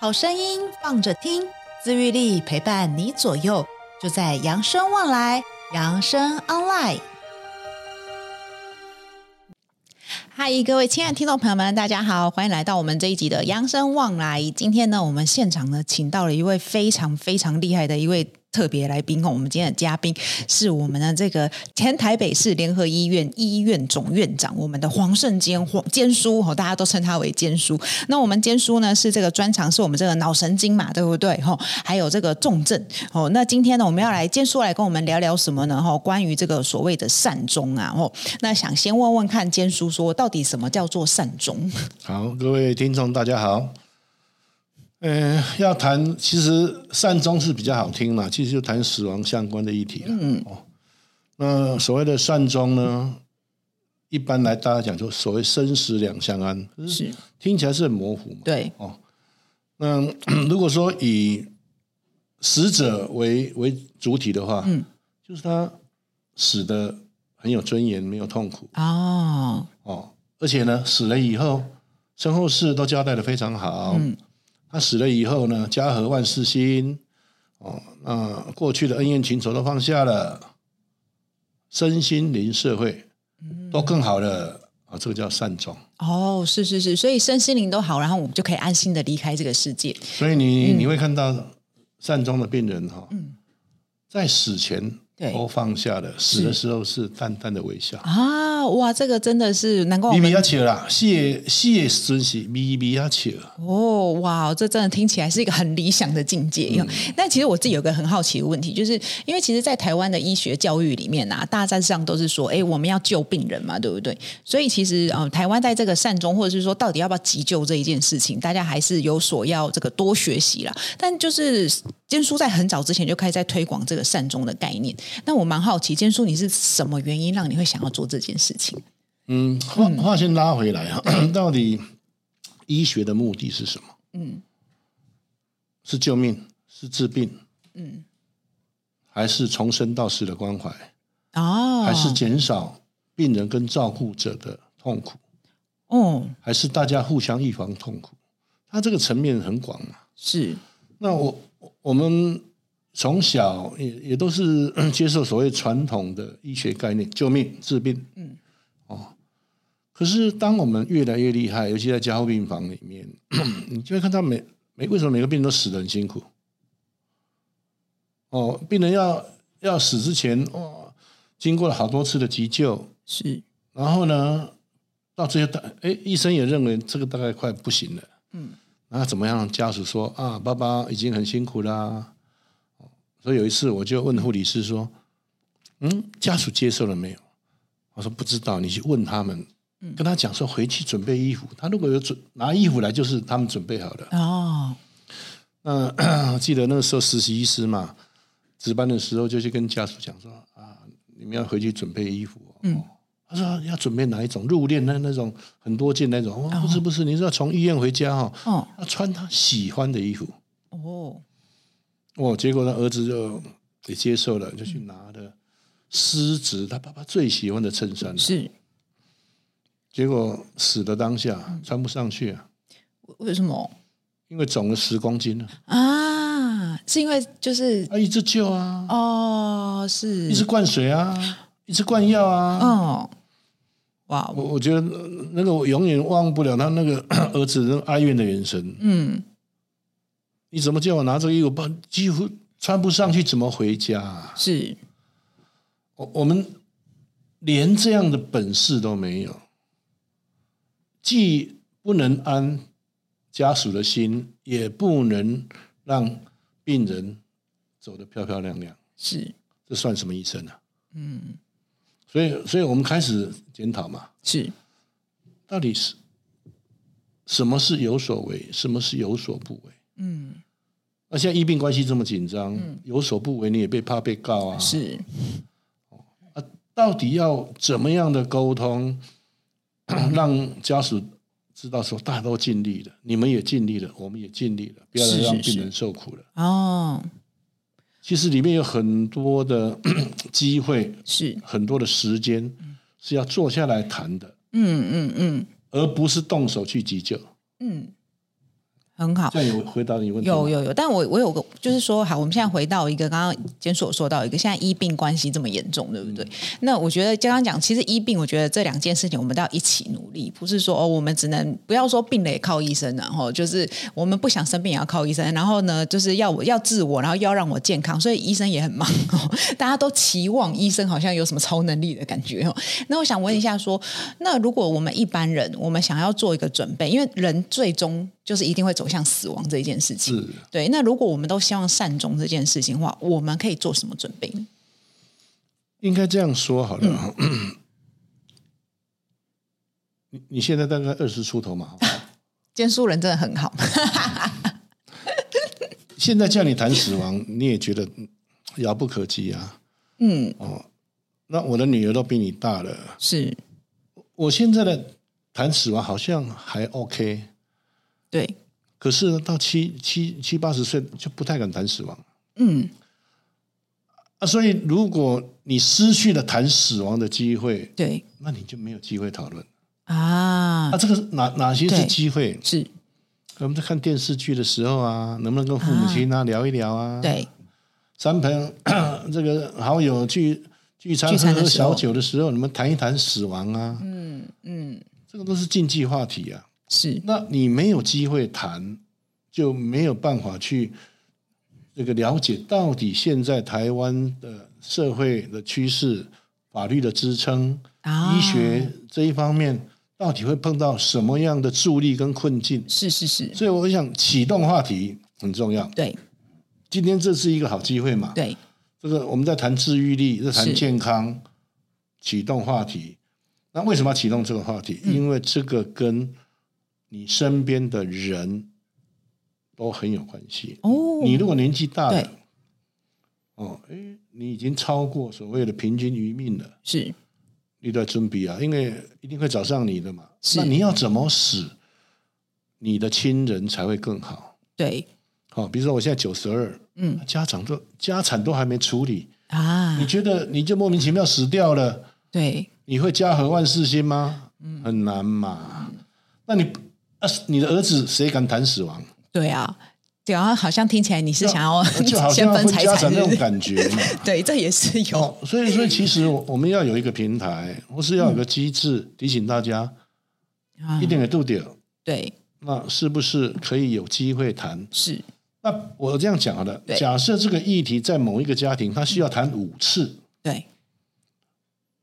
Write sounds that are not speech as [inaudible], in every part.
好声音放着听，自愈力陪伴你左右，就在扬声望来，扬声 online。嗨，各位亲爱的听众朋友们，大家好，欢迎来到我们这一集的《扬声望来》。今天呢，我们现场呢，请到了一位非常非常厉害的一位特别来宾哦。我们今天的嘉宾是我们的这个前台北市联合医院医院总院长，我们的黄胜坚黄坚叔哦，大家都称他为坚叔。那我们坚叔呢是这个专长，是我们这个脑神经嘛，对不对？吼、还有这个重症哦。那今天呢，我们要来坚叔来跟我们聊聊什么呢？吼、关于这个所谓的善终啊，吼、那想先问问看坚叔说，到底什么叫做善终？好，各位听众，大家好。嗯、要谈其实善终是比较好听嘛，其实就谈死亡相关的议题了。嗯，哦，那所谓的善终呢，一般来大家讲说所谓生死两相安，可是听起来是很模糊嘛。哦对，那 [coughs] 如果说以死者为为主体的话，嗯，就是他死的很有尊严，没有痛苦哦，哦，而且呢，死了以后身后事都交代的非常好。嗯他死了以后呢，家和万事兴。哦，那过去的恩怨情仇都放下了，身心灵社会嗯都更好了啊，这个叫善终。哦，是是是，所以身心灵都好，然后我们就可以安心的离开这个世界。所以你、嗯你会看到善终的病人哈、在死前对都放下了，死的时候是淡淡的微笑。啊，哇，这个真的是难怪我微们微啊笑啦，死的死的时阵是微微啊笑。哦，哇，这真的听起来是一个很理想的境界。嗯但其实我自己有个很好奇的问题，就是因为其实，在台湾的医学教育里面啊，大致上都是说，哎，我们要救病人嘛，对不对？所以其实，呃，台湾在这个善终，或者是说到底要不要急救这一件事情，大家还是有所要这个多学习啦。但就是坚叔在很早之前就开始在推广这个善终的概念。那我蛮好奇，坚叔你是什么原因让你会想要做这件事情？嗯，话话先拉回来啊， [coughs] 到底医学的目的是什么？嗯，是救命，是治病，嗯，还是从生到死的关怀，哦，还是减少病人跟照顾者的痛苦，哦，还是大家互相预防痛苦？它这个层面很广嘛。是那我我们从小也也都是 [coughs] 接受所谓传统的医学概念，救命治病，嗯，哦。可是当我们越来越厉害，尤其在加护病房里面， [coughs] 你就会看到每每为什么每个病人都死得很辛苦？哦，病人要要死之前，哦，经过了好多次的急救，是，然后呢，到最后大，哎，医生也认为这个大概快不行了。嗯，那怎么样？家属说啊，爸爸已经很辛苦啦、哦所以有一次我就问护理师说：“嗯，家属接受了没有？”我说：“不知道，你去问他们。”跟他讲说回去准备衣服，他如果有准拿衣服来，就是他们准备好的。哦，那我哦记得那个时候实习医师嘛，值班的时候就去跟家属讲说啊，你们要回去准备衣服、哦。嗯，他说要准备哪一种入殓那那种很多件那种，哦、不是不是，你是要从医院回家哦，哦，要穿他喜欢的衣服。哦。哦，结果他儿子就也接受了，就去拿了师侄他爸爸最喜欢的衬衫、是结果死的当下穿不上去啊，为什么因为肿了十公斤了、啊，啊？是因为就是一直救啊，哦，一直是灌水啊，一直灌药啊，哦，哇，我我觉得那个我永远忘不了他那个 [clears throat] 儿子那个哀怨的眼神。嗯，你怎么叫我拿这个衣服，不几乎穿不上去，怎么回家啊、是我我们连这样的本事都没有，既不能安家属的心，也不能让病人走得漂漂亮亮，是这算什么医生啊？嗯，所以所以我们开始检讨嘛。是，到底是什么是有所为，什么是有所不为？嗯，那现在医病关系这么紧张，有所不为，你也被怕被告啊。是到底要怎么样的沟通， [coughs] 让家属知道说大家都尽力了，你们也尽力了，我们也尽力了，不要是再是让是病人受苦了。哦，其实里面有很多的 [coughs] 机会，是，很多的时间嗯是要坐下来谈的，嗯嗯嗯而不是动手去急救。嗯，很好。这样有回答你问题吗有有有，但我我有个就是说，好，我们现在回到一个刚刚检所说到一个，现在医病关系这么严重，对不对？嗯那我觉得刚刚讲，其实医病，我觉得这两件事情我们都要一起努力，不是说哦，我们只能不要说病了也靠医生，然后就是我们不想生病也要靠医生，然后呢，就是要我要自我，然后又要让我健康，所以医生也很忙 [laughs] 哦，大家都期望医生好像有什么超能力的感觉哦。那我想问一下说，那如果我们一般人，我们想要做一个准备，因为人最终就是一定会走向死亡这一件事情。是对，那如果我们都希望善终这件事情的话，我们可以做什么准备呢？应该这样说好了。 [coughs] 你你现在大概二十出头嘛，监书人真的很好，现在叫你谈死亡，你也觉得嗯遥不可及啊。 [laughs] 嗯，那我的女儿都比你大了，是我现在的谈死亡好像还 OK，对，可是呢，到七七七八十岁就不太敢谈死亡嗯，啊。所以，如果你失去了谈死亡的机会，对那你就没有机会讨论。啊啊，，这个是哪哪些对是机会？是我们在看电视剧的时候啊，能不能跟父母亲啊聊一聊啊？，对三朋 [clears throat] 这个好友聚聚餐聚餐的喝时候小酒的时候，你们谈一谈死亡啊，嗯，这个都是禁忌话题啊。是那你没有机会谈，就没有办法去这个了解到底现在台湾的社会的趋势、法律的支撑、啊，医学这一方面，到底会碰到什么样的助力跟困境。是是是，所以我想启动话题很重要。对今天这是一个好机会嘛？对这个我们在谈治愈力，在是谈健康，启动话题。那为什么要启动这个话题？嗯因为这个跟你身边的人都很有关系。哦，你如果年纪大对了，哦，诶，你已经超过所谓的平均余命了，是你都要尊比啊，因为一定会找上你的嘛。是那你要怎么死，你的亲人才会更好？对好、比如说我现在九十二，嗯，家长都家产都还没处理，你啊，觉得你就莫名其妙死掉了，对你会家和万事兴吗？很难嘛。那你啊，你的儿子谁敢谈 [laughs] 死亡？对啊，对啊，好像听起来你是想要就好先像要分分财家产产，那是不种是感觉嘛。对，这也是 [laughs] 有，哦，所以所以其实我我们要有一个平台，或是要有个机制提醒大家，啊一点也度点，对那是不是可以有机会谈？是那我这样讲好了对，假设这个议题在某一个家庭，他需要谈五次，对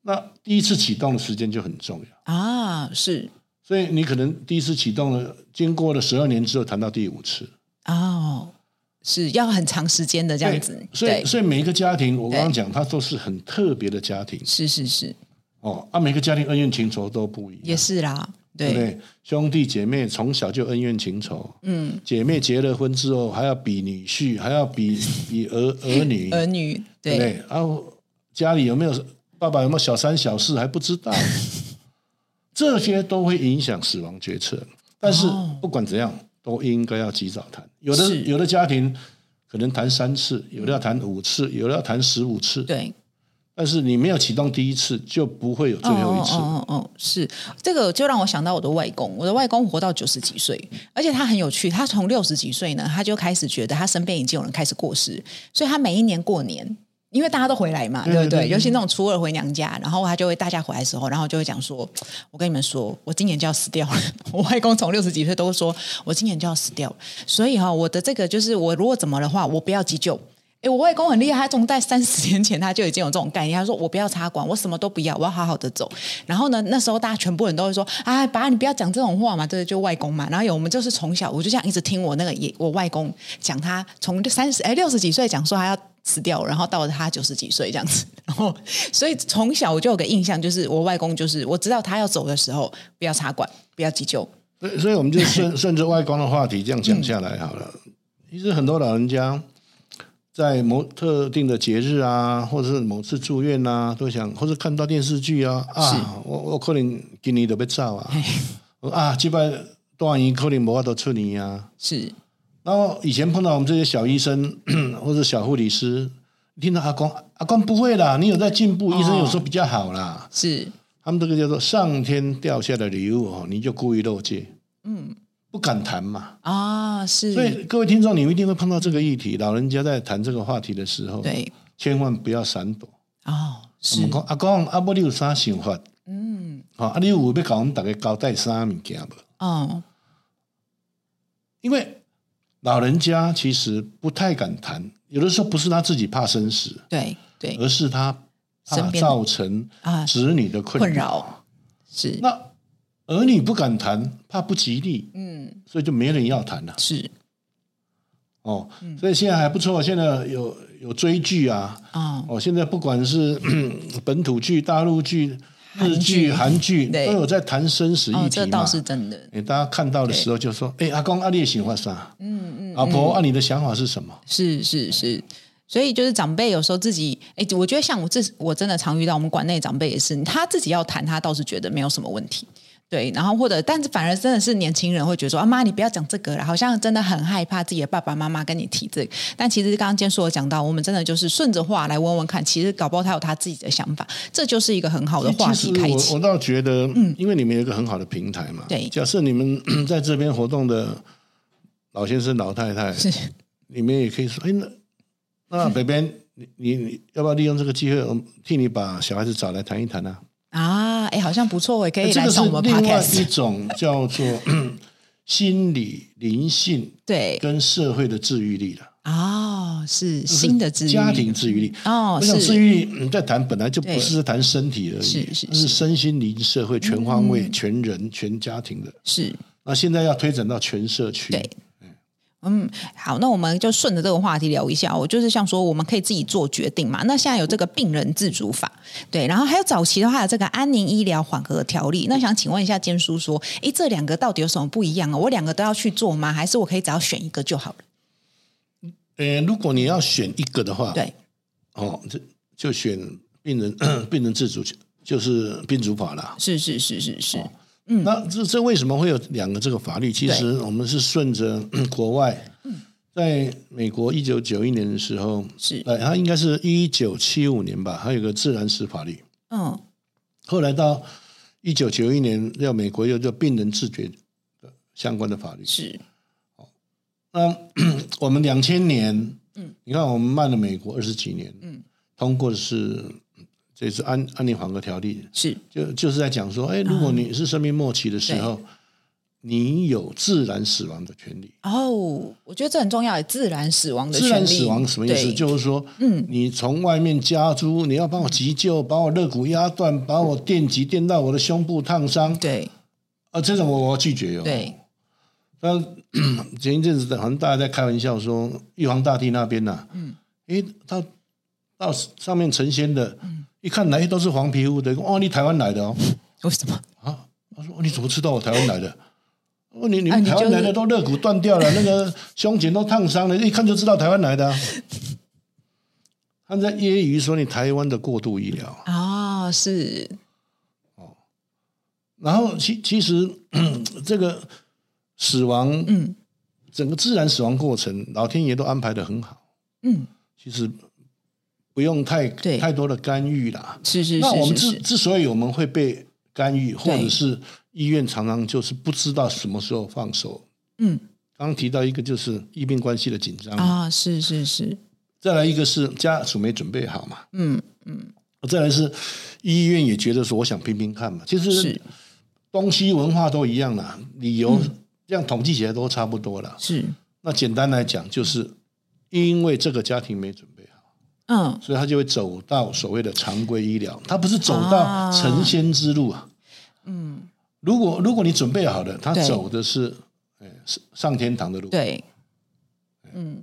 那第一次启动的时间就很重要。啊，是所以你可能第一次启动了，经过了十二年之后，谈到第五次，哦，是要很长时间的这样子对，所以对所以每一个家庭，我对刚刚讲，它都是很特别的家庭是是是，哦。啊，每个家庭恩怨情仇都不一也样，是啦，对对不对？兄弟姐妹从小就恩怨情仇，嗯，姐妹结了婚之后还要比女婿，还要比比儿 [laughs] 儿女，儿女对对不对？啊，家里有没有爸爸有没有小三小四还不 [laughs] 知道，这些都会影响死亡决策。但是哦不管怎样，都应该要及早谈。有的是有的家庭可能谈三次，有的要谈五次，有的要谈十五次。对，但是你没有启动第一次，就不会有最后一次。哦哦哦哦，是这个就让我想到我的外公，我的外公活到九十几岁，而且他很有趣，他从六十几岁呢，他就开始觉得他身边已经有人开始过世，所以他每一年过年。因为大家都回来嘛，对对不对对？对尤其那种初二回娘家，然后他就会大家回来的时候，然后就会讲说：“我跟你们说，我今年就要死掉了。” [laughs] 我外公从六十几岁都说：“我今年就要死掉了。”所以哈、我的这个就是我如果怎么的话，我不要急救。哎，我外公很厉害，他从在三十年前他就已经有这种概念。他说：“我不要插管，我什么都不要，我要好好的走。”然后呢，那时候大家全部人都会说：“哎，爸，你不要讲这种话嘛，对，就外公嘛。”然后有我们就是从小我就这样一直听我那个爷，我外公讲他从三十哎六十几岁讲说他要死掉，然后到了他九十几岁这样子。 [laughs] 然后，所以从小我就有个印象，就是我外公就是我知道他要走的时候，不要插管，不要急救。所以所以我们就顺 [laughs] 顺着外公的话题这样讲下来好了。其实很多老人家在某特定的节日啊，或者是某次住院啊，都想，或者看到电视剧啊啊，我我可能今年都被照啊，啊，这摆大医可能无法度出你啊。是然后以前碰到我们这些小医生 [clears throat] 或者小护理师，听到阿公阿公不会啦，你有在进步，医生有时候比较好啦。是他们这个叫做上天掉下的礼物哦，你就故意漏接。嗯，不敢谈嘛。啊、是，所以各位听众，你们一定会碰到这个议题，老人家在谈这个话题的时候，对，千万不要闪躲。哦，我是们，讲阿公阿伯，你有啥想法？嗯，好，啊，你有要甲我们大家交代啥物件无？哦，因为老人家其实不太敢谈，有的时候不是他自己怕生死，对对，而是他怕身边的造成啊子女的困困扰。扰是，那儿女不敢谈，怕不吉利，嗯，所以就没人要谈了、是哦，嗯所以现在还不错，现在有有追剧啊，哦，哦，现在不管是 [clears throat] 本土剧、大陆剧、日剧、韩剧，对都有在谈生死哦，议这题倒嘛。是真的，诶大家看到的时候就说：“哎，阿公阿烈喜欢啥？嗯嗯，阿婆，啊，你的想法是什么是是是，所以就是长辈有时候自己，哎，我觉得像我自我真的常遇到我们馆内长辈也是，他自己要谈，他倒是觉得没有什么问题。对，然后或者，但是反而真的是年轻人会觉得说，啊妈，你不要讲这个了，好像真的很害怕自己的爸爸妈妈跟你提这个。但其实刚刚坚叔有讲到，我们真的就是顺着话来问问看，其实搞不好他有他自己的想法，这就是一个很好的？”话哎其题实开我启嗯我。倒觉得，因为你们有一个很好的平台嘛。对假设你们 [clears throat] 在这边活动的老先生、老太太，是你们也可以说：“哎，那那北边，你你你要不要利用这个机会，我们替你把小孩子找来谈一谈啊？”啊，哎，好像不错，也可以这来个是上我们另外一 podcast。种叫做 [clears throat] 心理灵性对，跟社会的治愈力了，哦，是就是新的治愈家力庭治愈力。哦，我想是治愈力嗯在谈本来就对不是在谈身体而已，是是嗯它是身心灵、社会全方位、全人、全家庭的。是那现在要推展到全社区，对嗯，好，那我们就顺着这个话题聊一下哦。我就是想说，我们可以自己做决定嘛。那现在有这个病人自主法，对，然后还有早期的话有这个安宁医疗缓和条例。那想请问一下坚叔说，诶，这两个到底有什么不一样啊？我两个都要去做吗？还是我可以只要选一个就好了？呃，如果你要选一个的话，对，哦，这就选病人 [clears throat] 病人自主，就是病主法啦。是是是是是，哦那这这为什么会有两个这个法律？其实我们是顺着嗯国外，在美国一九九一年的时候，是呃，它应该是一九七五年吧，它有个自然史法律。嗯，后来到一九九一年，要美国又叫病人自觉的相关的法律。是那我们两千年，嗯，你看我们慢了美国二十几年，嗯，通过的是这是安安宁缓和条例，是就就是在讲说，哎，如嗯果你是生命末期的时候，你有自然死亡的权利。哦，我觉得这很重要，自然死亡的自然权利死亡什么意思？对就是说，嗯，你从外面加诸，你要帮我急救，把我肋骨压断，把我电击电到我的胸部烫伤，对啊，这种我我要拒绝哦。对那前一阵子好像大家在开玩笑说，玉皇大帝那边呐、嗯，诶，到到上面成仙的，嗯一看来都是黄皮肤的，哦，你台湾来的哦。为什么？啊，他说哦你怎么知道我台湾来的？我说你你啊们你台湾就是来的都肋骨断掉了， [laughs] 那个胸前都烫伤了，一看就知道台湾来的啊、他们在揶揄说你台湾的过度医疗，啊、是然后其其实这个死亡，嗯，整个自然死亡过程，老天爷都安排的很好，嗯，其实不用太对太多的干预啦。是是是那我是们之是之所以我们会被干预，或对者是医院常常就是不知道什么时候放手。嗯，刚刚提到一个就是医病关系的紧张，啊、是是是，再来一个是家属没准备好嘛，嗯。再来是医院也觉得说我想拼拼看嘛，其实是嗯东西文化都一样啦，理由这样统计起来都差不多啦。是，那简单来讲，就是因为这个家庭没准备好。嗯，所以他就会走到所谓的常规医疗，他不是走啊到成仙之路啊。嗯，如果如果你准备好了，他对走的是呃上上天堂的路。对，嗯，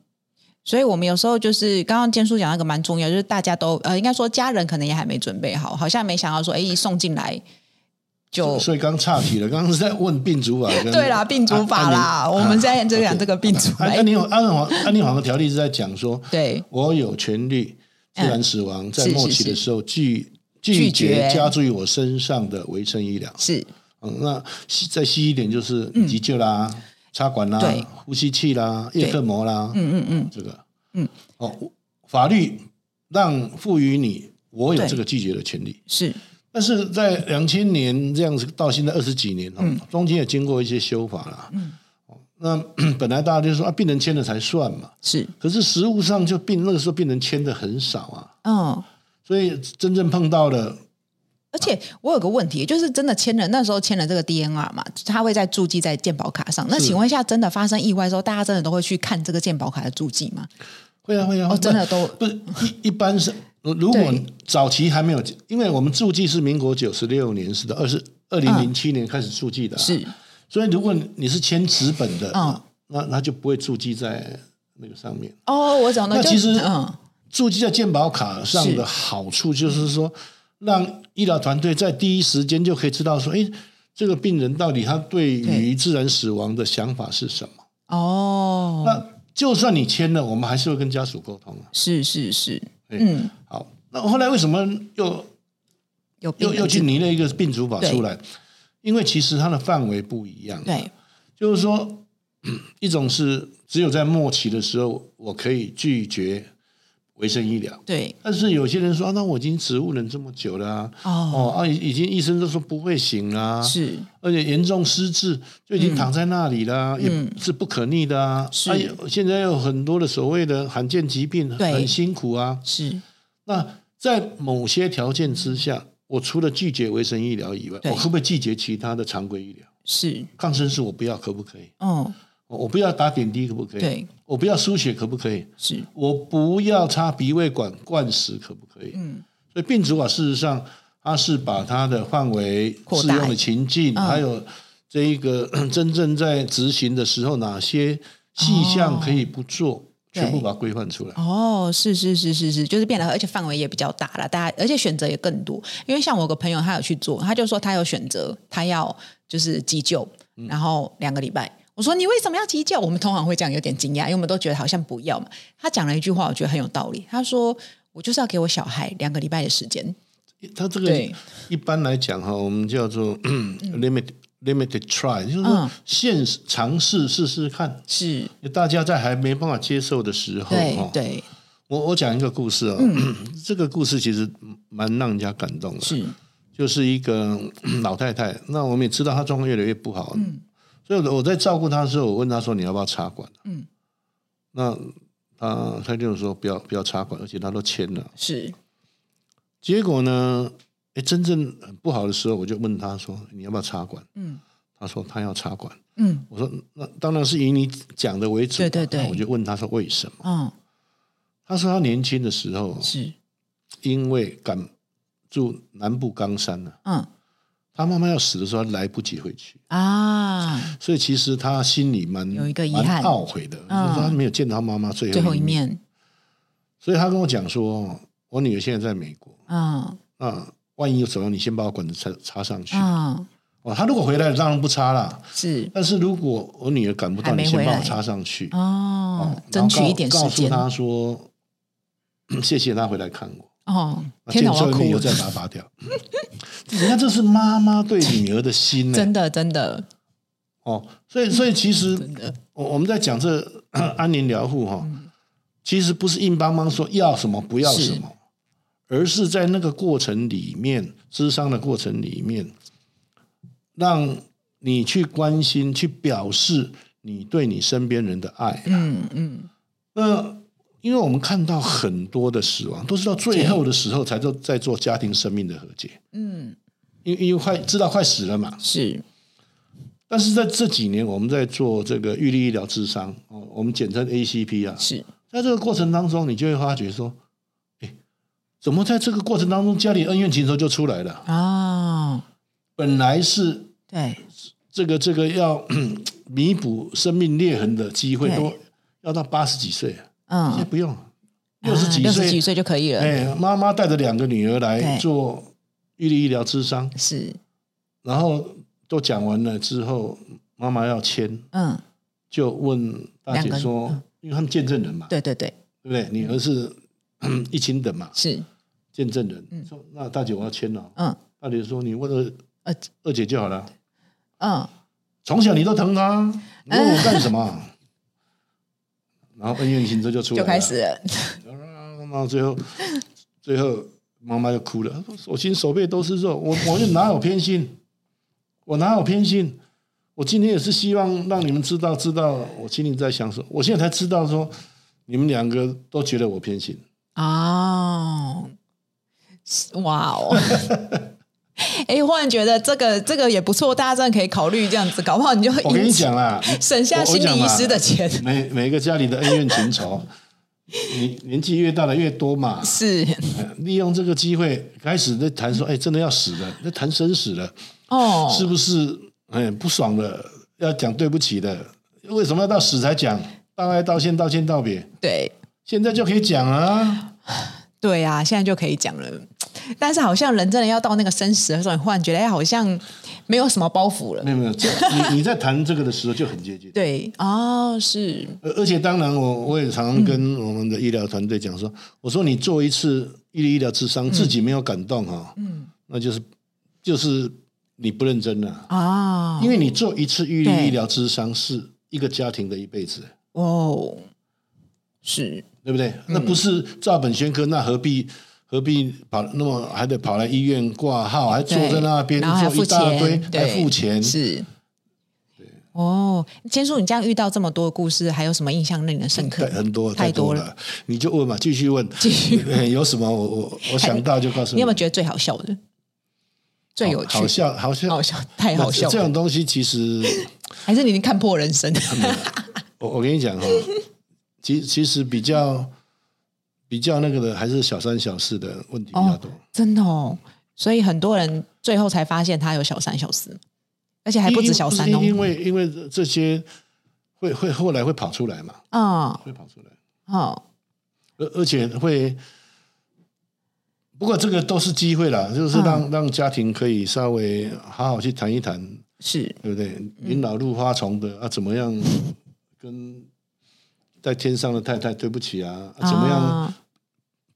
所以我们有时候就是刚刚坚叔讲那个蛮重要，就是大家都呃，应该说家人可能也还没准备好，好像没想到说，哎，一送进来就所以刚岔题了，刚刚是在问病主法跟对啦，病主法啊啦，我们现在就讲这个病主法，安安宁安宁黄安宁黄的条例是在讲说，对，我有权利自然死亡，在是末是期的是时候拒拒拒绝绝加注于我身上的维生医疗。是嗯，那西再细一点就是急救啦、插管啦对、呼吸器啦、对叶克膜啦，嗯嗯嗯，这个，嗯，哦，法律让赋予你我有对这个拒绝的权利，是但是在两千年这样子到现在二十几年哦，中间也经过一些修法啦，嗯，那 [clears throat] 本来大家就说啊，病人签了才算嘛。是，可是实物上就病那个时候病人签的很少啊，嗯。所以真正碰到了而且我有个问题，就是真的签了那时候签了这个 DNR 嘛，它会在注记在健保卡上。那是请问一下，真的发生意外的时候，大家真的都会去看这个健保卡的注记吗？会啊会啊，哦真的都不是一一般是，如如果对早期还没有，因为我们注记是民国九十六年是的，二是二零零七年开始注记的、，啊是，所以如果你是签纸本的，嗯那那就不会注记在那个上面。哦，我懂了。那就其实嗯，注记在健保卡上的好处就是说，让医疗团队在第一时间就可以知道说，哎，这个病人到底他对于对自然死亡的想法是什么。哦，那就算你签了，我们还是会跟家属沟通啊。是是是，对嗯，好，那后来为什么又有病又人又去记拟了一个病主法出来？因为其实它的范围不一样，对，就是说，一种是只有在末期的时候，我可以拒绝维生医疗。对但是有些人说，啊、那我已经植物人这么久了啊、哦，哦，啊，已已经医生都说不会醒啦、是而且严重失智就已经躺在那里啦、嗯也是不可逆的啊。是哎呦现在有很多的所谓的罕见疾病，对很辛苦啊。是，那在某些条件之下，我除了拒绝维生医疗以外，对我可不可以拒绝其他的常规医疗？是，抗生素我不要，可不可以？哦，我我不要打点滴，可不可以？对，我不要输血，可不可以？是，我不要插鼻胃管灌食，可不可以？嗯，所以病主法事实上，它是把它的范围、扩适大用的情境，嗯还有这一个 [clears throat] 真正在执行的时候，哪些细项可以不做，嗯对全部把它规范出来。哦，是是是是是，就是变得，而且范围也比较大了，大家而且选择也更多。因为像我有个朋友，他有去做，他就说他有选择，他要就是急救，然后两个礼拜。我说你为什么要急救？我们通常会这样有点惊讶，因为我们都觉得好像不要嘛。他讲了一句话，我觉得很有道理。他说：“我就是要给我小孩两个礼拜的时间。它这个对一般来讲哈，我们叫做 [clears throat] limit limited try，就是嗯说现实尝试试试看。是”大家在还没办法接受的时候，对嗯哈，对我我讲一个故事哦， [clears throat] 这个故事其实蛮让人家感动的。是，就是一个 [clears throat] 老太太，那我们也知道她状况越来越不好，所以我我在照顾她的时候，我问她说你要不要插管，啊嗯那她她就说不要不要插管，而且她都签了。是结果呢，哎，真正很不好的时候，我就问她说你要不要插管，嗯她说她要插管，嗯我说那当然是以你讲的为主，对对对那我就问她说为什么，嗯她说她年轻的时候是因为赶住南部冈山呢、啊，嗯她妈妈要死的时候她来不及回去。啊所以其实他心里蛮有一个遗憾蛮懊悔的，嗯就是他没有见到妈妈最最后后一一面。面所以他跟我讲说，我女儿现在在美国，嗯那万一有什么，你先把我管子插插上去。嗯哦，他如果回来当然不插啦，是但是如果我女儿赶不到，还没你先回帮来我插上去。哦然后，争取告一点时告诉间他说，谢谢他回来看我。哦。那天见哪，我最要后一面哭又了再！把它拔掉。 [laughs] 人家这是妈妈对女儿的心 [laughs] 呢、真的，真的，哦，所以所以其实嗯真的，嗯我我们在讲这 [coughs] 安宁疗护哈、其实不是硬邦邦说要什么不要什么，而是在那个过程里面，智商的过程里面，让你去关心，去表示你对你身边人的爱。嗯嗯，那因为我们看到很多的死亡，都是到最后的时候才做在做家庭生命的和解。嗯，因为因为快知道快死了嘛，是但是在这几年，我们在做这个预立医疗智商，哦，我们简称 ACP 啊。是，在这个过程当中，你就会发觉说，哎，怎么在这个过程当中，家里恩怨情仇就出来了？哦，本来是对，这个这个要 [coughs] 弥补生命裂痕的机会，对都要到八十几岁，啊现在嗯，不用了，六十几啊六十岁几，岁就可以了，哎，妈妈带着两个女儿来对做预立医疗智商，是，然后都讲完了之后，妈妈要签，嗯，就问大姐两个嗯说，因为他们见证人嘛，对对嗯对，对不对？女儿是一亲等嘛，是，见证人。说那大姐我要签了。嗯大姐说你问二呃二姐就好了，嗯，从小你都疼她，你问我干什么？然后恩怨情仇就出来 [laughs] 就了，开始了，然后最后最后妈妈就哭了，她说手心手背都是肉，我我就哪有偏心，我哪有偏心，我今天也是希望让你们知道，知道我心里在想什么。我现在才知道说，你们两个都觉得我偏心，哦，是哇哦！ [laughs] 哎，忽然觉得这个这个也不错，大家真的可以考虑这样子，搞不好你就我跟你讲啦， [laughs] 省下心理医师的钱我我讲嘛每每个家里的恩怨情仇，你年纪越大的越多嘛，是利用这个机会开始在谈说，哎，真的要死了，在谈生死了，哦，是不是？哎，不爽了，要讲对不起的，为什么要到死才讲？道爱、道歉、道歉、道别，对现在就可以讲啊！对啊，现在就可以讲了。但是好像人真的要到那个生死的时候，你忽然觉得哎，好像没有什么包袱了没。有没有，这你你在谈这个的时候就很接近。对，哦，是呃而而且当然我，我也常常跟我们的医疗团队讲说，我说你做一次医疗医疗智商，自己没有感动哈、嗯，那就是就是你不认真了、啊，因为你做一次医疗对医疗智商是一个家庭的一辈子，哦，是对不对？嗯那不是照本宣科，那何必何必跑那么还得跑来医院挂号，还坐对在那边然后还要做付一大堆钱，，还对付钱，是。哦，千叔，你这样遇到这么多的故事，还有什么印象令人深刻对，？很多太太多多了了，你就问嘛，继续问， [laughs] 继续呃有什么我我我想到就告 [laughs] 诉你有没有觉得最好笑的、最有趣、好笑，好笑，好笑太好笑了这种东西其实， [laughs] 还是你已经看破人生？我我跟 [laughs] 你讲哈、其其实比较比较那个的还是小三小四的问题比较多，真的哦，所以很多人最后才发现他有小三、小四，而且还不止小三哦因。因为因为这些会会后来会跑出来嘛，嗯，会跑出来，哦，而而且会。不过这个都是机会啦，就是让、嗯让家庭可以稍微好好去谈一谈，是对不对？嗯临老入花丛的啊，怎么样跟在天上的太太对不起啊？啊怎么样啊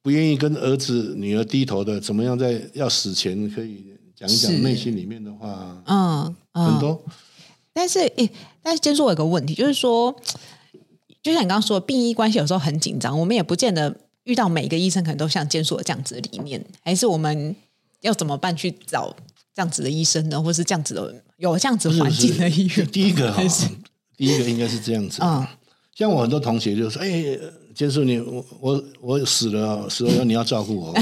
不愿意跟儿子女儿低头的？怎么样在要死前可以讲一是讲内心里面的话啊？嗯很嗯，多但是诶，但是坚叔我有个问题，就是说，就像你刚刚说的，病医关系有时候很紧张，我们也不见得遇到每个医生可能都像坚叔有这样子的理念，还是我们要怎么办去找这样子的医生呢，或是这样子的有这样子环境的 [laughs] 医院？第一个哈还 [laughs] 是，第一个应该是这样子。嗯像我很多同学就说：“哎，坚叔你我我我死了哦，死了以后你要照顾 [laughs] 我。”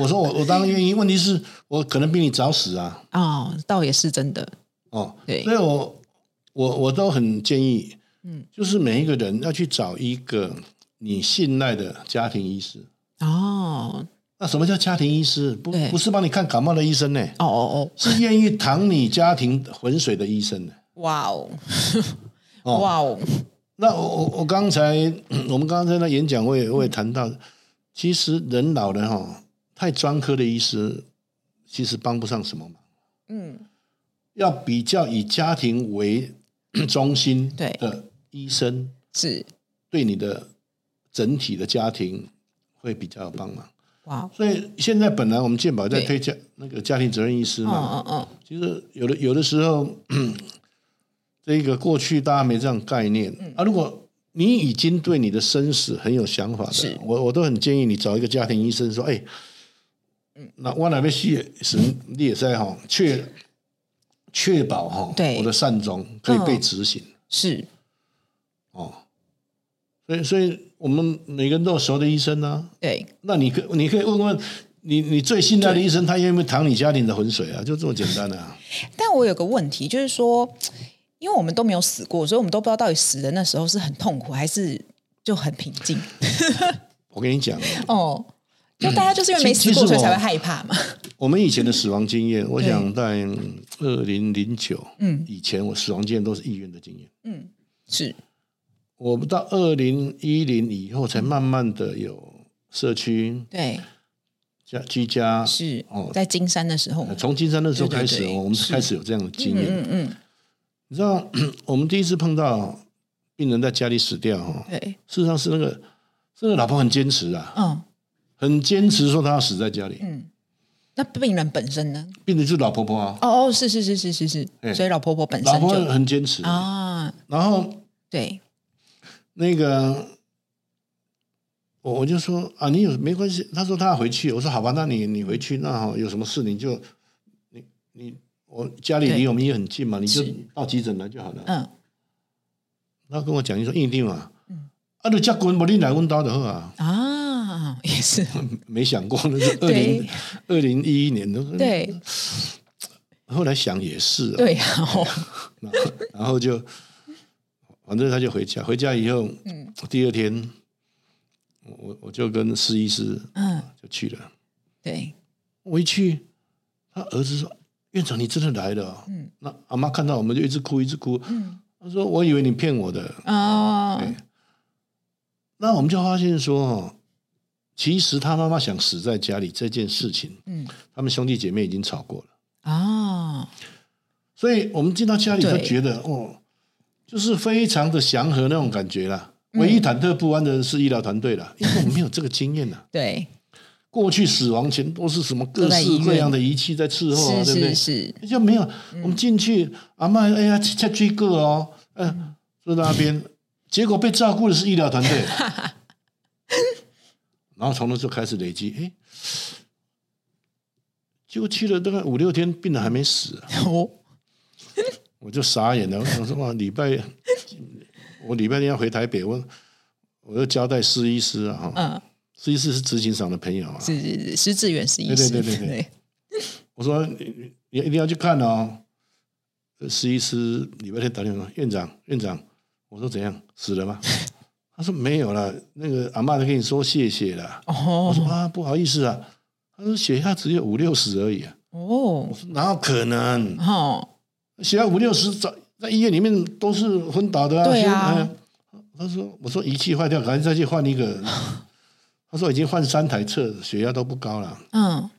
我说：“我我当然愿意，问题是我可能比你早死啊。”哦，倒也是真的，哦，对所以我我我都很建议，嗯，就是每一个人要去找一个你信赖的家庭医师。哦那什么叫家庭医师？不对不是帮你看感冒的医生呢，哦哦是愿意淌你家庭浑水的医生呢。哦，哇哦，哦哇哦，那我我我刚才我们刚才那演讲，我也我也谈到，其实人老了哈、太专科的医师其实帮不上什么忙。嗯，要比较以家庭为中心对的医生，是对你的整体的家庭会比较有帮忙。哇哦，所以现在本来我们健保在对推家那个家庭责任医师嗯嘛，嗯嗯，其实有的有的时候， [clears throat] 这个过去大家没这样概念、嗯啊。如果你已经对你的生死很有想法是的，我我都很建议你找一个家庭医生说，哎，嗯那我哪边死死你也在哈，确确保哈对我的善终可以被嗯执行。是嗯哦，所以所以我们每个人都有熟的医生啊，对，那你可你可以问问你你最信赖的医生，他愿不愿意淌你家庭的浑水啊？就这么简单啊。但我有个问题，就是说，因为我们都没有死过，所以我们都不知道到底死的那时候是很痛苦，还是就很平静。我跟你讲，啊哦，就大家就是因为没死其其实过，我所以才会害怕嘛。我们以前的死亡经验，我想在二零零九嗯以前，我死亡经验都是医院的经验。是我们到二零一零以后，才慢慢的有社区对，家居家。是啊哦在金山的时候，呃从金山那时候开始，对对对我们开始有这样的经验。嗯嗯，你知道， [clears throat] 我们第一次碰到病人在家里死掉哦，对，事实上是那个，是那个老婆很坚持啊，嗯，很坚持说她要死在家里。那病人本身呢？病人就是老婆婆啊，哦哦，是是是是是是，哎所以老婆婆本老身婆哦就很坚持。啊，然后对，那个，我我就说啊，你有没关系？她说她要回去，我说好吧，那你你回去，那、哦、有什么事你就你你我家里离我们也很近嘛，你就到急诊来就好了。嗯，他跟我讲，你说一定嘛，啊，你加滚，我你来问到的好啊，啊，也是， [laughs] 没想过那是二对零二零一一年的，，对后来想也是、啊，对啊，哦然后然后就，反正他就回家，回家以后，嗯第二天，我我就跟施医师嗯，就去了，对，我一去，他儿子说：“院长，你真的来了、哦。”嗯那阿妈看到我们就一直哭，一直哭。嗯，她说：“我以为你骗我的。哦，那我们就发现说，哦其实他妈妈想死在家里这件事情，嗯，他们兄弟姐妹已经吵过了。哦，所以我们进到家里就对觉得，哦，就是非常的祥和那种感觉啦。唯嗯一忐忑不安的是医疗团队啦，因为我们没有这个经验啦。对，过去死亡前都是什么各都在医式院各样的仪器在伺候啊，是对不对是？是，就没有。我们进去，阿妈哎呀，去去追个哦，嗯，坐在那边，结果被照顾的是医疗团队，然后从那时候开始累积，哎，结果去了大概五六天，病人还没死、啊，哦，我就傻眼了，我想说哇，礼拜我礼拜天要回台北，我我就交代施医师啊，哈嗯，施医师是执行长的朋友啊，是是是，失智远是医对师，对对对对我说你你一定要去看哦。施医师礼拜天打电话，院长院长，我说怎样死了吗？ [laughs] 他说没有了，那个阿妈在跟你说谢谢了。我说哦啊，不好意思啊，他说血压只有五六十而已啊，哦哪有可能？哦，血压五六十，在在医院里面都是昏倒的啊。对啊哎呀他说我说仪器坏掉，赶紧再去换 [laughs] 一个。他说已经换三台测，血压都不高了。嗯，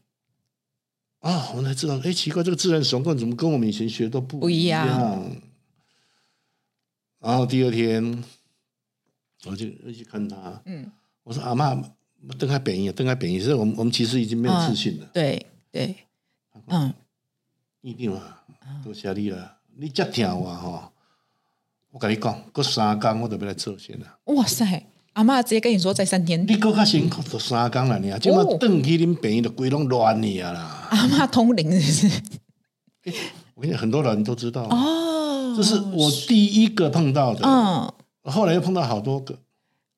啊，我才知道，哎，奇怪，这个自然手冠怎么跟我们以前学都不不一样样然后第二天，我就又去看他，嗯，我说阿妈，邓开北医，邓开北医，是我们我们其实已经没有自信了，对对，嗯，一定啊，多谢你了，你这听我吼，我跟你讲，过三天我就要来做先啦，哇塞，阿妈直接跟你说再三天，你够较辛苦，都三天了你啊，今哦晚邓去恁北医就规拢乱你啊啦，阿妈通灵是不是？我跟你讲，很多人都知道，哦，这是我第一个碰到的，嗯。后来又碰到好多个，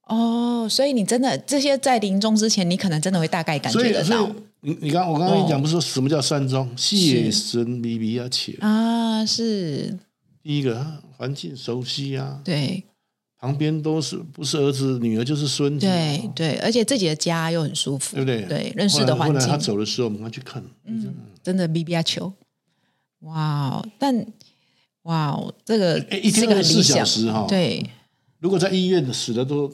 哦，所以你真的这些在临终之前，你可能真的会大概感所觉以得所到哦以你你刚我刚刚跟你讲不是说什么叫善终，是谢神离别啊，且啊，是第一个啊环境熟悉啊，对旁边都是不是儿子女儿就是孙子啊，对对，而且自己的家又很舒服，对不对？对，认识的后来环后来境，他嗯走的时候，我们要去看，真的 B B 啊球，哇哦，但哇哦，这个哎一是天一个很理24小想，时哈，，对如果在医院的死的都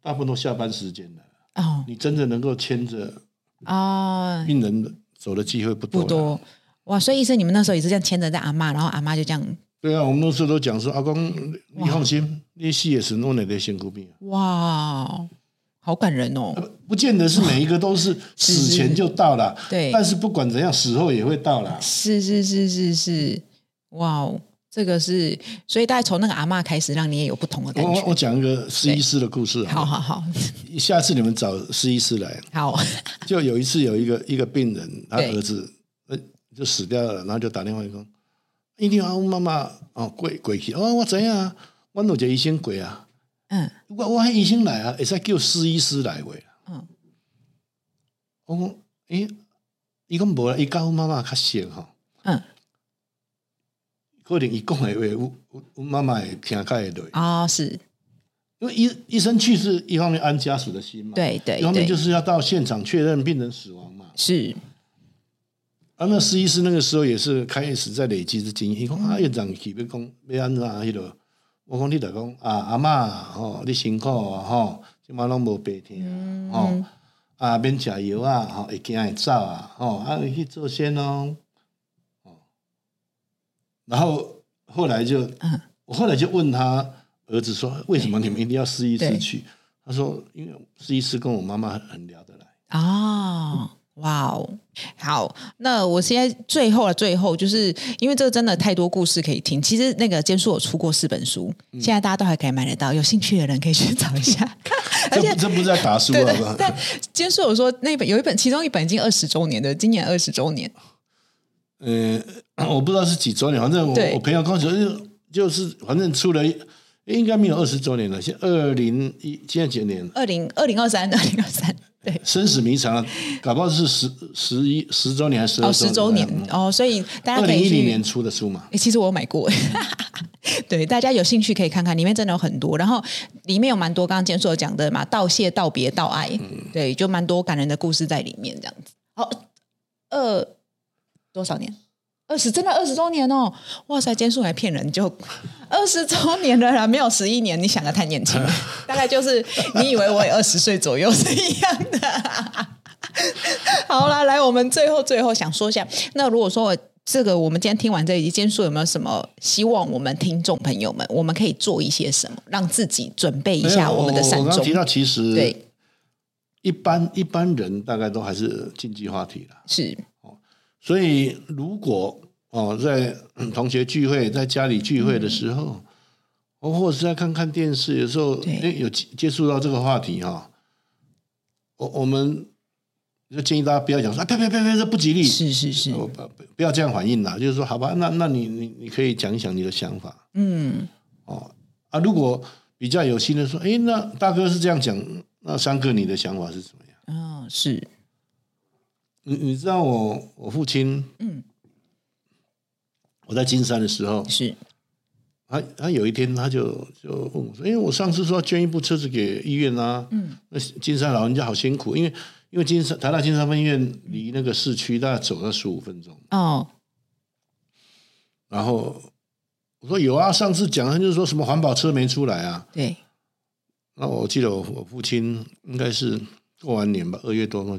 大部分都下班时间了，哦你真的能够牵着啊病人走的机会不多不了。多哇，所以医生你们那时候也是这样牵着在阿妈，然后阿妈就这样对啊，我们那时候都讲说，阿公，你你放心，你死也是弄你的辛苦病啊。哇哦，好感人哦，不见得是每一个都是是死前就到了，对但是不管怎样，死后也会到了。是是是是是，哇哦，这个是，所以大概从那个阿嬷开始，让你也有不同的我感我觉。我讲一个施医师的故事好啊，好好下次你们找施医师来，好， [laughs] 就有一次有一个一个病人，他对儿子呃就死掉了，然后就打电话说，一定要妈妈哦鬼鬼去哦，我怎样啊，我有一个医生鬼啊，嗯我我迄医生来啊，会使叫施医师来喂。嗯，我讲诶，伊讲无啦，伊甲阮妈妈较熟吼。嗯，可能伊讲的话，阮阮妈妈会听较会落。哦，是因为医医生去是一方面安家属的心嘛，，对对一方面就哎对，是要到现场确认病人死亡嘛。是啊，那施医师那个时候也是开始在累积这经验，伊讲啊，院长起要讲要安怎迄落，我讲你著讲啊，阿嬷吼、你辛苦啊吼，即马拢无白听嗯啊吼、啊免食药啊吼，会惊会走啊吼，啊去做先哦，哦，然后后来就嗯我后来就问他儿子说，为什么你们一定要施医师对去？他说，因为施医师跟我妈妈很聊得来。哦，哇哦，好，那我现在最后了，最后就是因为这个真的太多故事可以听。其实那个坚叔有出过四本书，嗯现在大家都还可以买得到，有兴趣的人可以去找一下。 [laughs] 而且这这不是在打输啊对好对 [laughs] 不好，？但今天是我说那一本有一本，其中一本已经二十周年的，今年二十周年。呃，我不知道是几周年，反正我对我朋友跟我说，就就是反正出了一，应该没有二十周年了，现二零一现在几年了，二零二零二三，二零二三，对，生死弥长，搞不好是十十一十周年还是十哦，二十周年哦，所以大家二可零以一零去。年出的书嘛，欸，其实我有买过， [laughs] 对，大家有兴趣可以看看，里面真的有很多，然后里面有蛮多刚刚建硕讲的嘛，道谢、道别、道爱，对，就蛮多感人的故事在里面，这样子。好，二多少年？二十真的二十周年哦！哇塞，坚叔还骗人，就 [laughs] 二十周年了啦，没有十一年，你想的太年轻 [laughs] 了，大概就是你以为我也二十岁左右是一样的。 [laughs] 好啦，来，我们最后最后想说一下，那如果说我这个我们今天听完这一集，坚叔有没有什么希望我们听众朋友们，我们可以做一些什么，让自己准备一下没有我们的哎我善哦我刚终提？到其实对，一般一般人大概都还是禁忌话题了。是，所以，如果哦，在嗯同学聚会、在家里聚会的时候，哦，或者是在看看电视，有时候对哎有接接触到这个话题哈、我我们就建议大家不要讲说啊，别别别别，这不吉利，是是是，我不不要这样反应啦。就是说，好吧，那那你你你可以讲一讲你的想法，嗯，哦啊，如果比较有心的说，哎，那大哥是这样讲，那三哥你的想法是怎么样？哦，是，你你知道我我父亲，嗯，我在金山的时候，是，他他有一天他就就问我说，因为哎我上次说要捐一部车子给医院啊，嗯，那金山老人家好辛苦，因为因为金山台大金山分院离那个市区大概走了十五分钟，哦，然后我说有啊，上次讲他就是说什么环保车没出来啊，对，那我记得我我父亲应该是过完年吧，二月多，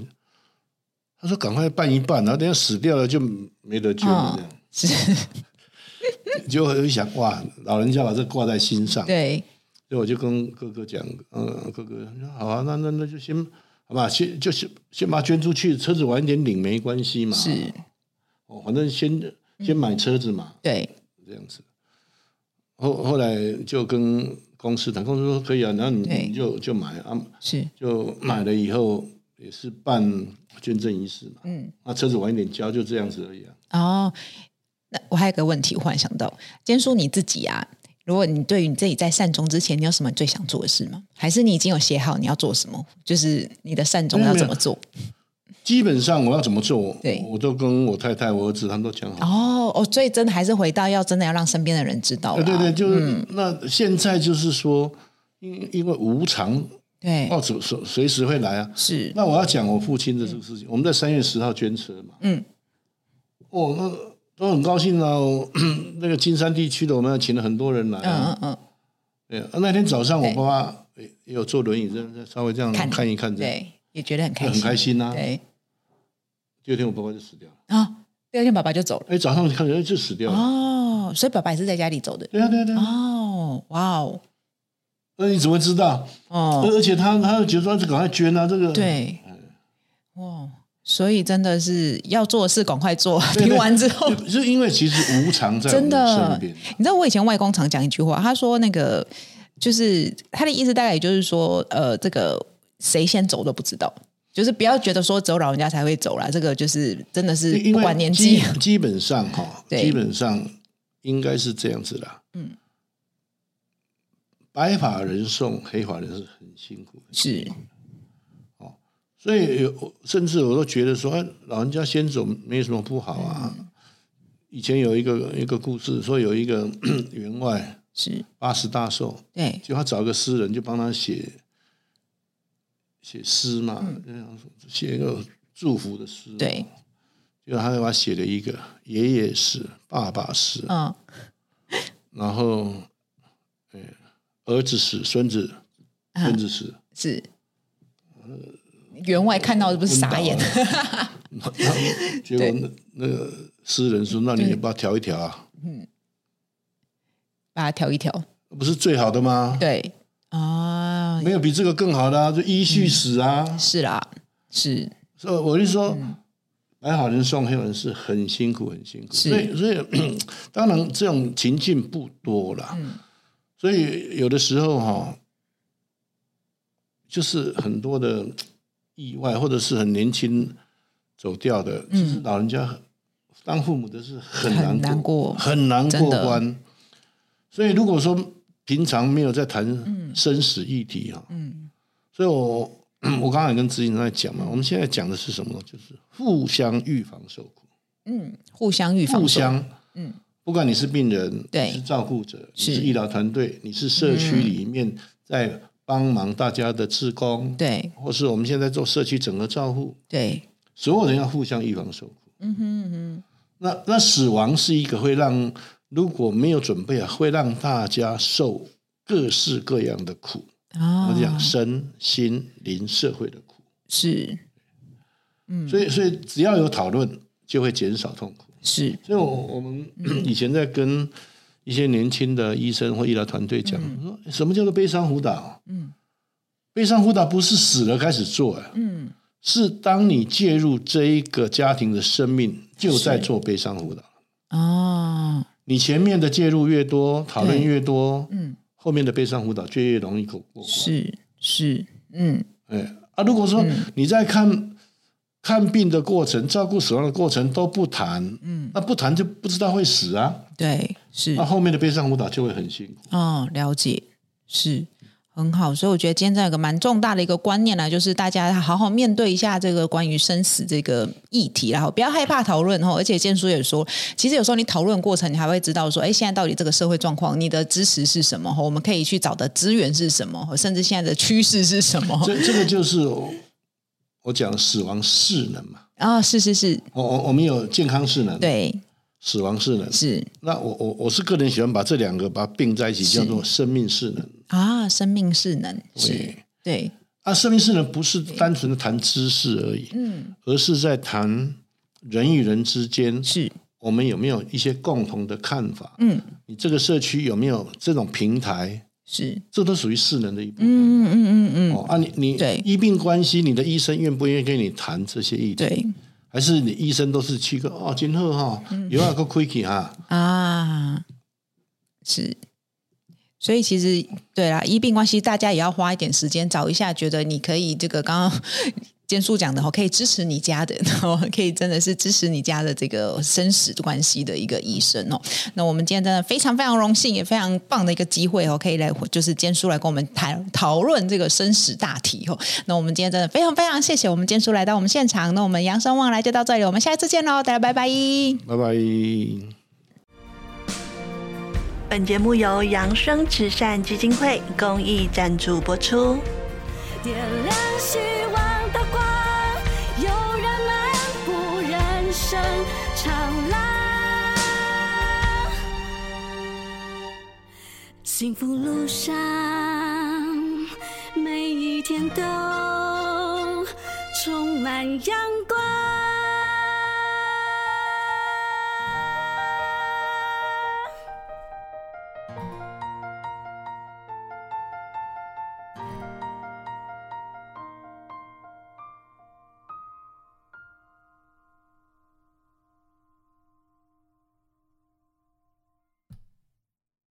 他说赶快办一办，然后等下死掉了就没得救了，哦这样、 [laughs] 是，结果我就想哇，老人家把这挂在心上，对，所以我就跟哥哥讲，嗯，哥哥他说好啊，那那那就先好吧，先就先先把它捐出去，车子晚一点领没关系嘛，是，哦，反正先先买车子嘛，对，这样子。后后来就跟公司谈，公司说可以啊，然后你对你就就买啊，是，就买了以后也是办捐赠仪式嘛，嗯，那车子晚一点交就这样子而已啊。哦，那我还有个问题，忽然想到，坚叔你自己啊，如果你对于你自己在善终之前，你有什么最想做的事吗？还是你已经有写好你要做什么？就是你的善终没有要没有怎么做？基本上我要怎么做，我对我都跟我太太、我儿子他们都讲好。哦哦，所以真的还是回到要真的要让身边的人知道啦，嗯对对对，就是、那现在就是说，因因为无常，对报纸随随时会来啊。是，哦那我要讲我父亲的这个事情，我们在三月十号捐车嘛，嗯，哦，那都很高兴啊。我 [coughs] 那个金山地区的，我们要请了很多人来、啊，嗯嗯嗯，对啊，那天早上我对爸爸也也有坐轮椅，这样稍微这样看看一看，这样嗯对，也觉得很开很心，开心啊。对第二天我爸爸就死掉了，啊、第二天爸爸就走了，哎，早上看人就死掉了。哦，所以爸爸也是在家里走的，对啊，对啊，对啊。哦，哇哦，那你怎么知道？哦，而而且他他又觉得说这赶快捐啊，这个，对，哇，所以真的是要做的事赶快做。对听完之后，就就因为其实无常在我真们的身边，，你知道我以前外公常讲一句话，他说那个就是他的意思，大概也就是说，呃，这个谁先走都不知道。就是不要觉得说只有老人家才会走啦，这个就是真的是因不管为年基纪，基本上哈， [laughs] 对基本上应该是这样子的。嗯，白发人送黑发人是很辛苦的，是所以有甚至我都觉得说，哎，老人家先走没什么不好啊。嗯以前有一个一个故事，说有一个 [coughs] 员外是，八十大寿，对，就他找一个诗人，就帮他写写诗嘛，就想说写一个祝福的诗。嗯对，就他给他写了一个爷爷诗、爸爸诗，嗯，然后，呃，儿子诗、孙子、啊孙子诗，是。员外看到不是傻眼，结果那那个诗人说：“那你也帮他调一调啊， [laughs] 把它调一调，不是最好的吗？对啊，没有比这个更好的啊，就依序史啊。是啦，是所以我就说，白好人送黑人是很辛苦，很辛苦。是所以，所以 [coughs] 当然这种情境不多啦。所以有的时候哈、就是很多的嗯意外，或者是很年轻走掉的，其实老人家当父母的是很很难难过很难真过的关。所以如果说平常没有在谈生死议题啊，嗯，所以我 [clears throat] 我刚才跟执行长在讲嘛，我们现在讲的是什么呢？就是互相预防受苦，嗯，互相预防，互相，嗯，不管你是病人，对你是照顾者，你是嗯是医疗团队，你是社区里面在帮忙大家的志工，对或是我们现在做社区整合照护，对，所有人要互相预防受苦。嗯哼嗯那那死亡是一个会让如果没有准备啊，会让大家受各式各样的苦。哼，啊，我讲身心灵社会的苦，是嗯所以所以只要有讨论，就会减少痛苦。是，所以我，我们嗯 [clears throat] 以前在跟一些年轻的医生或医疗团队讲，嗯说什么叫做悲伤辅导？嗯，悲伤辅导不是死了开始做、啊，嗯，是当你介入这一个家庭的生命，就在做悲伤辅导。哦，你前面的介入越多，讨论对越多，嗯，后面的悲伤辅导就越容易过过关。是是，嗯，哎啊，如果说你在看、看病的过程、照顾死亡的过程都不谈，嗯，那不谈就不知道会死啊，对，是那后面的悲伤辅导就会很辛苦。哦，了解，是很好。所以我觉得今天这样有个蛮重大的一个观念呢，啊就是大家好好面对一下这个关于生死这个议题啦，然后不要害怕讨论哦。而且建叔也说，其实有时候你讨论过程，你还会知道说，哎，现在到底这个社会状况，你的支持是什么？吼我们可以去找的资源是什么？吼甚至现在的趋势是什么？这这个就是我我讲死亡势能嘛，啊、是是是，我我我们有健康势能，，对，死亡势能。是那我我我是个人喜欢把这两个把它并在一起，是叫做生命势能。啊，生命势能是对。对，啊，生命势能不是单纯的谈知识而已，嗯，而是在谈人与人之间，是，我们有没有一些共同的看法？嗯，你这个社区有没有这种平台？是，这都属于势能的一部分。嗯嗯嗯嗯嗯，哦，啊你，你对医病关系，你的医生愿不愿意跟你谈这些议题？对还是你医生都是去个哦，今后哈，嗯有啊个 quick 哈，啊，是。所以其实对啦，医病关系大家也要花一点时间找一下，觉得你可以这个刚 [laughs] 刚坚叔讲的哦，可以支持你家的，然后可以真的是支持你家的这个生死关系的一个医生哦。那我们今天真的非常非常荣幸，也非常棒的一个机会哦，可以来就是坚叔来跟我们谈讨论这个生死大题哦。那我们今天真的非常非常谢谢我们坚叔来到我们现场，那我们扬生望来就到这里，我们下一次见喽，大家拜拜。拜拜。本节目由扬生慈善基金会公益赞助播出。点亮希望的光，有人漫步人生长廊，幸福路上每一天都充满阳光。